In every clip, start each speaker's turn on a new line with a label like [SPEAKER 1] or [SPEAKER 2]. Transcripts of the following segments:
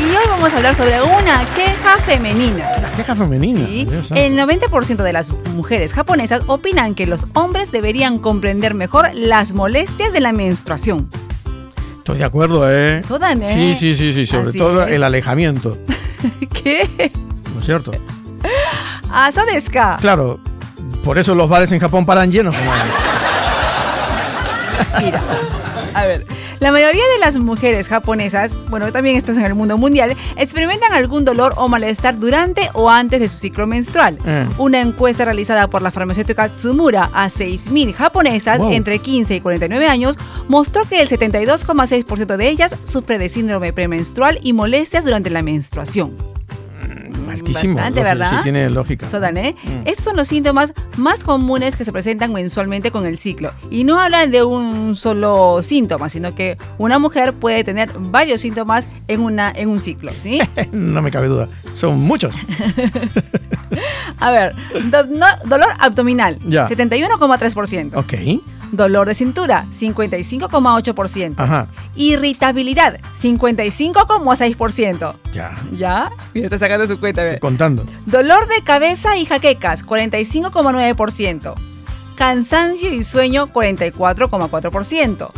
[SPEAKER 1] Y hoy vamos a hablar sobre una queja femenina.
[SPEAKER 2] La queja femenina.
[SPEAKER 1] Sí.
[SPEAKER 2] Dios santo.
[SPEAKER 1] El 90% de las mujeres japonesas opinan que los hombres deberían comprender mejor las molestias de la menstruación.
[SPEAKER 2] Estoy de acuerdo, ¿eh?
[SPEAKER 1] Eso dan, ¿eh?
[SPEAKER 2] Sí, sí, sí, sí. Sobre
[SPEAKER 1] Así
[SPEAKER 2] todo
[SPEAKER 1] es.
[SPEAKER 2] el alejamiento,
[SPEAKER 1] ¿Qué?
[SPEAKER 2] ¿no es cierto?
[SPEAKER 1] Asadeska.
[SPEAKER 2] Claro, por eso los bares en Japón paran llenos. como-
[SPEAKER 1] Mira, a ver. La mayoría de las mujeres japonesas, bueno, también esto es en el mundo mundial, experimentan algún dolor o malestar durante o antes de su ciclo menstrual.
[SPEAKER 2] Eh.
[SPEAKER 1] Una encuesta realizada por la farmacéutica Tsumura a 6.000 japonesas
[SPEAKER 2] Wow.
[SPEAKER 1] entre 15 y 49 años mostró que el 72,6% de ellas sufre de síndrome premenstrual y molestias durante la menstruación.
[SPEAKER 2] Altísimo.
[SPEAKER 1] Mm, Bastante,
[SPEAKER 2] lógico,
[SPEAKER 1] ¿verdad?
[SPEAKER 2] Sí, tiene lógica.
[SPEAKER 1] Sodan, ¿eh?
[SPEAKER 2] Mm.
[SPEAKER 1] Estos son los síntomas más comunes que se presentan mensualmente con el ciclo. Y no hablan de un solo síntoma, sino que una mujer puede tener varios síntomas en, una, en un ciclo, ¿sí?
[SPEAKER 2] no me cabe duda. Son muchos.
[SPEAKER 1] A ver, do- no- dolor abdominal,
[SPEAKER 2] Ya.
[SPEAKER 1] 71,3%.
[SPEAKER 2] Ok.
[SPEAKER 1] Dolor de cintura, 55,8%.
[SPEAKER 2] Ajá.
[SPEAKER 1] Irritabilidad, 55,6%.
[SPEAKER 2] Ya.
[SPEAKER 1] ¿Ya? Mira, está sacando su cuenta, a ver.
[SPEAKER 2] Contando.
[SPEAKER 1] Dolor de cabeza y jaquecas, 45,9%. Cansancio y sueño, 44,4%.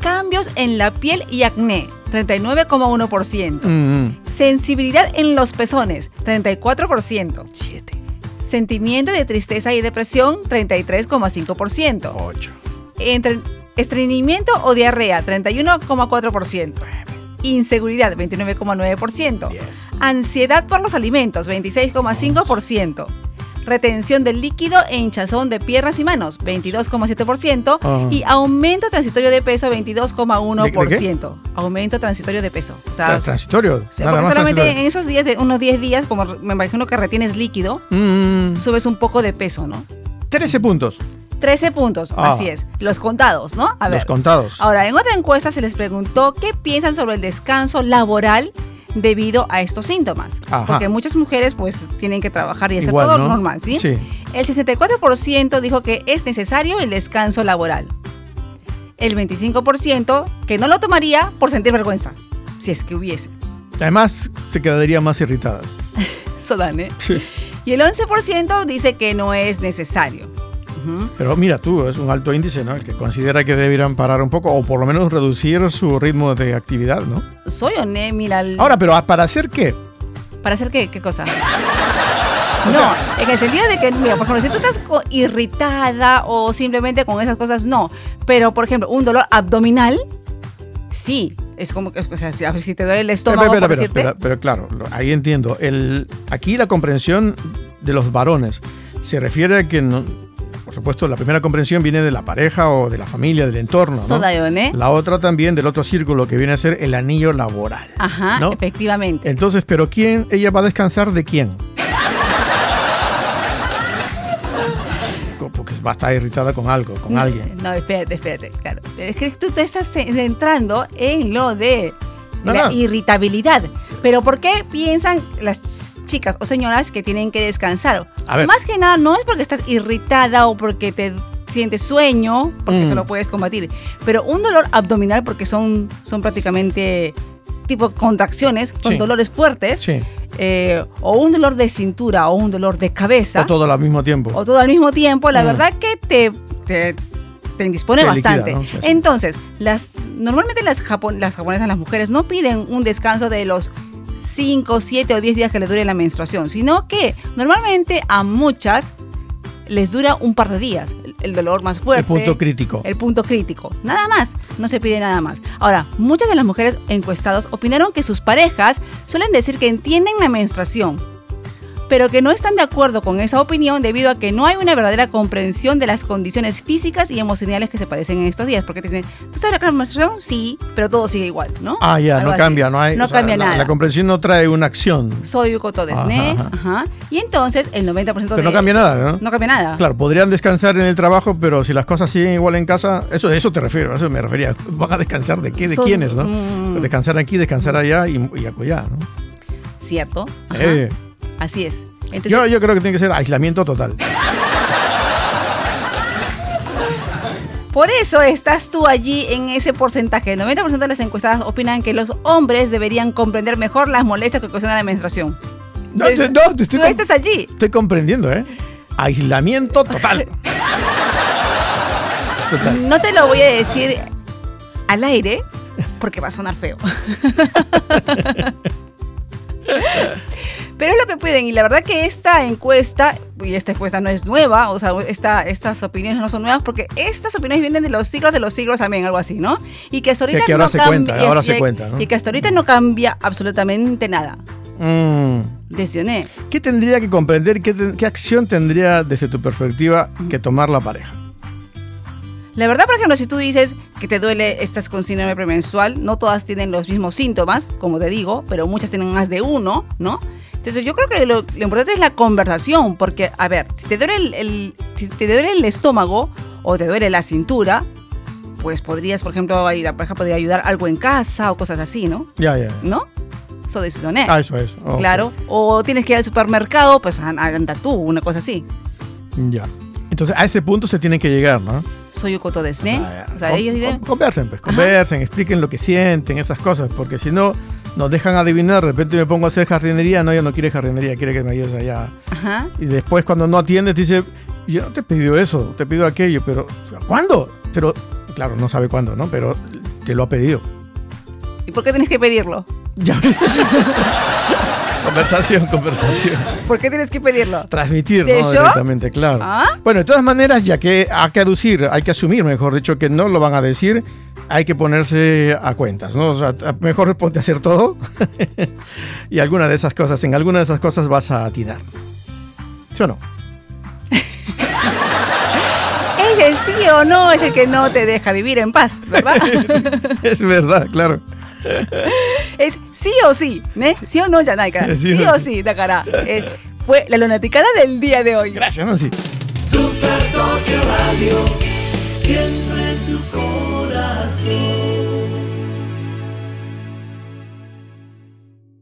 [SPEAKER 1] Cambios en la piel y acné, 39,1%.
[SPEAKER 2] Mm, mm.
[SPEAKER 1] Sensibilidad en los pezones, 34%.
[SPEAKER 2] Siete.
[SPEAKER 1] Sentimiento de tristeza y depresión, 33,5%.
[SPEAKER 2] Ocho.
[SPEAKER 1] Entre- Estreñimiento o diarrea, 31,4%. Inseguridad, 29,9%.
[SPEAKER 2] Diez.
[SPEAKER 1] Ansiedad por los alimentos, 26,5%. Retención del líquido e hinchazón de piernas y manos, 22,7%.
[SPEAKER 2] Ah.
[SPEAKER 1] Y aumento transitorio de peso, 22,1%.
[SPEAKER 2] ¿De- de
[SPEAKER 1] Aumento transitorio de peso. O sea,
[SPEAKER 2] Tra- transitorio.
[SPEAKER 1] se-
[SPEAKER 2] nada
[SPEAKER 1] porque
[SPEAKER 2] más
[SPEAKER 1] solamente
[SPEAKER 2] transitorio.
[SPEAKER 1] en esos días, de unos 10 días, como re- me imagino que retienes líquido,
[SPEAKER 2] Mm,
[SPEAKER 1] subes un poco de peso, ¿no?
[SPEAKER 2] 13 puntos.
[SPEAKER 1] 13 puntos,
[SPEAKER 2] Ah.
[SPEAKER 1] así es. Los contados, ¿no? A
[SPEAKER 2] los
[SPEAKER 1] ver.
[SPEAKER 2] contados.
[SPEAKER 1] Ahora, en otra encuesta se les preguntó qué piensan sobre el descanso laboral debido a estos síntomas.
[SPEAKER 2] Ajá.
[SPEAKER 1] Porque muchas mujeres pues tienen que trabajar y hacer
[SPEAKER 2] Igual,
[SPEAKER 1] todo
[SPEAKER 2] ¿no?
[SPEAKER 1] normal, ¿sí?
[SPEAKER 2] Sí.
[SPEAKER 1] El 64% dijo que es necesario el descanso laboral. El 25% que no lo tomaría por sentir vergüenza, si es que hubiese.
[SPEAKER 2] Además, se quedaría más irritada.
[SPEAKER 1] Sodan, ¿eh?
[SPEAKER 2] Sí.
[SPEAKER 1] Y el 11% dice que no es necesario. Ujú.
[SPEAKER 2] Pero mira tú, es un alto índice, ¿no? El que considera que debieran parar un poco o por lo menos reducir su ritmo de actividad, ¿no?
[SPEAKER 1] Soy honé, mira, el-
[SPEAKER 2] Ahora, pero ¿a- ¿para hacer qué?
[SPEAKER 1] ¿Para hacer qué, qué cosa? No, en el sentido de que, mira, por ejemplo, si tú estás co- irritada o simplemente con esas cosas, no. Pero, por ejemplo, un dolor abdominal, sí. Es como que, o sea, si, a ver, si te duele el estómago,
[SPEAKER 2] Espera, espera,
[SPEAKER 1] por
[SPEAKER 2] espera,
[SPEAKER 1] decirte,
[SPEAKER 2] espera, pero claro, lo- ahí entiendo. El, aquí la comprensión de los varones se refiere a que, no- por supuesto, la primera comprensión viene de la pareja o de la familia, del entorno. ¿no?
[SPEAKER 1] Sodayone.
[SPEAKER 2] La otra también del otro círculo que viene a ser el anillo laboral.
[SPEAKER 1] Ajá,
[SPEAKER 2] ¿no?
[SPEAKER 1] efectivamente.
[SPEAKER 2] Entonces, ¿pero quién? ¿Ella va a descansar de quién? Co- Porque va a estar irritada con algo,
[SPEAKER 1] Mm.
[SPEAKER 2] con alguien.
[SPEAKER 1] No, espérate, espérate, claro. Pero es que tú te estás ce- centrando en lo de
[SPEAKER 2] No,
[SPEAKER 1] la
[SPEAKER 2] no.
[SPEAKER 1] irritabilidad. Pero ¿por qué piensan las chicas o señoras que tienen que descansar?
[SPEAKER 2] A ver.
[SPEAKER 1] Más que nada no es porque estás irritada o porque te sientes sueño, porque
[SPEAKER 2] Mm.
[SPEAKER 1] eso lo puedes combatir. Pero un dolor abdominal, porque son, son prácticamente tipo contracciones, son
[SPEAKER 2] Sí.
[SPEAKER 1] dolores fuertes,
[SPEAKER 2] Sí,
[SPEAKER 1] eh, o un dolor de cintura o un dolor de cabeza
[SPEAKER 2] o todo al mismo tiempo.
[SPEAKER 1] o todo al mismo tiempo, la
[SPEAKER 2] Mm.
[SPEAKER 1] verdad que te, te, te indispone
[SPEAKER 2] Te liquida,
[SPEAKER 1] bastante.
[SPEAKER 2] ¿no? Sí, sí.
[SPEAKER 1] Entonces, las, normalmente las, japon- las japonesas, las mujeres, no piden un descanso de los 5, 7 o 10 días que les dure la menstruación, sino que normalmente a muchas les dura un par de días el dolor más fuerte.
[SPEAKER 2] el punto crítico.
[SPEAKER 1] El punto crítico. Nada más, no se pide nada más. Ahora, muchas de las mujeres encuestadas opinaron que sus parejas suelen decir que entienden la menstruación, pero que no están de acuerdo con esa opinión debido a que no hay una verdadera comprensión de las condiciones físicas y emocionales que se padecen en estos días. Porque te dicen, ¿tú sabes la menstruación? Sí, pero todo sigue igual, ¿no?
[SPEAKER 2] Ah, ya,
[SPEAKER 1] Algo
[SPEAKER 2] no
[SPEAKER 1] así.
[SPEAKER 2] cambia, no hay.
[SPEAKER 1] No
[SPEAKER 2] o sea,
[SPEAKER 1] cambia
[SPEAKER 2] la-
[SPEAKER 1] nada.
[SPEAKER 2] La comprensión no trae una acción.
[SPEAKER 1] Soy Yuko Todesne.
[SPEAKER 2] Ajá,
[SPEAKER 1] Ajá, Y entonces el 90%
[SPEAKER 2] Pero no cambia nada, ¿no?
[SPEAKER 1] No cambia nada.
[SPEAKER 2] Claro, podrían descansar en el trabajo, pero si las cosas siguen igual en casa, eso de eso te refiero, a eso me refería. ¿Van a descansar de qué? ¿De
[SPEAKER 1] Son-
[SPEAKER 2] quiénes, no?
[SPEAKER 1] mm.
[SPEAKER 2] Descansar aquí, descansar allá y, y acollar, ¿no?
[SPEAKER 1] ¿Cierto? Ajá,
[SPEAKER 2] Eh,
[SPEAKER 1] Así es. Entonces,
[SPEAKER 2] yo, yo creo que tiene que ser aislamiento total.
[SPEAKER 1] Por eso estás tú allí en ese porcentaje. El 90% de las encuestadas opinan que los hombres deberían comprender mejor las molestias que ocasiona la menstruación.
[SPEAKER 2] No,
[SPEAKER 1] Entonces,
[SPEAKER 2] te- no, te estoy
[SPEAKER 1] tú
[SPEAKER 2] com-
[SPEAKER 1] estás allí.
[SPEAKER 2] Estoy comprendiendo, ¿eh? Aislamiento total. total.
[SPEAKER 1] No te lo voy a decir al aire porque va a sonar feo. Pero es lo que pueden y la verdad que esta encuesta, y esta encuesta no es nueva, o sea, esta, estas opiniones no son nuevas porque estas opiniones vienen de los siglos de los siglos también, algo así, ¿no? Y que hasta ahorita
[SPEAKER 2] que ahora
[SPEAKER 1] no
[SPEAKER 2] se
[SPEAKER 1] cambia-
[SPEAKER 2] cuenta,
[SPEAKER 1] y-
[SPEAKER 2] ahora
[SPEAKER 1] y-
[SPEAKER 2] se cuenta, ¿no?
[SPEAKER 1] Y que hasta ahorita no cambia absolutamente nada.
[SPEAKER 2] Mm.
[SPEAKER 1] Lesioné.
[SPEAKER 2] ¿Qué tendría que comprender, qué, te- qué acción tendría desde tu perspectiva que tomar la pareja?
[SPEAKER 1] La verdad, por ejemplo, si tú dices que te duele, estás con síndrome premenstrual, no todas tienen los mismos síntomas, como te digo, pero muchas tienen más de uno, ¿no? Entonces yo creo que lo, lo importante es la conversación, porque, a ver, si te duele el, el- si te duele el estómago o te duele la cintura, pues podrías, por ejemplo, ahí la pareja podría ayudar algo en casa o cosas así, ¿no?
[SPEAKER 2] Ya, ya. ya.
[SPEAKER 1] ¿No? Eso decisioné.
[SPEAKER 2] Ah, eso, eso. Ok.
[SPEAKER 1] Claro. O tienes que ir al supermercado, pues an- anda tú, una cosa así.
[SPEAKER 2] Ya. Entonces, a ese punto se tienen que llegar, ¿no?
[SPEAKER 1] Soy un coto de sné.
[SPEAKER 2] Ah, ya.
[SPEAKER 1] O sea,
[SPEAKER 2] Con-
[SPEAKER 1] ellos dicen,
[SPEAKER 2] con- Conversen, pues,
[SPEAKER 1] Ajá.
[SPEAKER 2] conversen, expliquen lo que sienten, esas cosas, porque si no, nos dejan adivinar, de repente me pongo a hacer jardinería, no, ella no quiere jardinería, quiere que me ayudes allá.
[SPEAKER 1] ajá.
[SPEAKER 2] Y después cuando no atiendes, te dice, yo no te pido eso, te pido aquello, pero ¿cuándo? Pero, claro, no sabe cuándo, ¿no? Pero te lo ha pedido.
[SPEAKER 1] ¿Y por qué tienes que pedirlo?
[SPEAKER 2] Ya. conversación, conversación.
[SPEAKER 1] ¿Por qué tienes que pedirlo?
[SPEAKER 2] Transmitir,
[SPEAKER 1] ¿De
[SPEAKER 2] ¿no?
[SPEAKER 1] eso?
[SPEAKER 2] Directamente, claro.
[SPEAKER 1] ¿Ah?
[SPEAKER 2] Bueno, de todas maneras, ya que hay que aducir, hay que asumir, mejor dicho, que no lo van a decir, hay que ponerse a cuentas, ¿no? O sea, t- mejor ponte a hacer todo y alguna de esas cosas, en alguna de esas cosas vas a atinar. ¿Sí o no?
[SPEAKER 1] Es el sí o no, es el que no te deja vivir en paz, ¿verdad?
[SPEAKER 2] es verdad, claro.
[SPEAKER 1] es sí o sí, ¿eh? Sí o no, Yanaika. Sí,
[SPEAKER 2] Sí
[SPEAKER 1] sí
[SPEAKER 2] o
[SPEAKER 1] o
[SPEAKER 2] sí.
[SPEAKER 1] sí, Dakara. Eh, fue la lunaticada del día de hoy.
[SPEAKER 2] Gracias, Nancy.
[SPEAKER 3] Super Tokio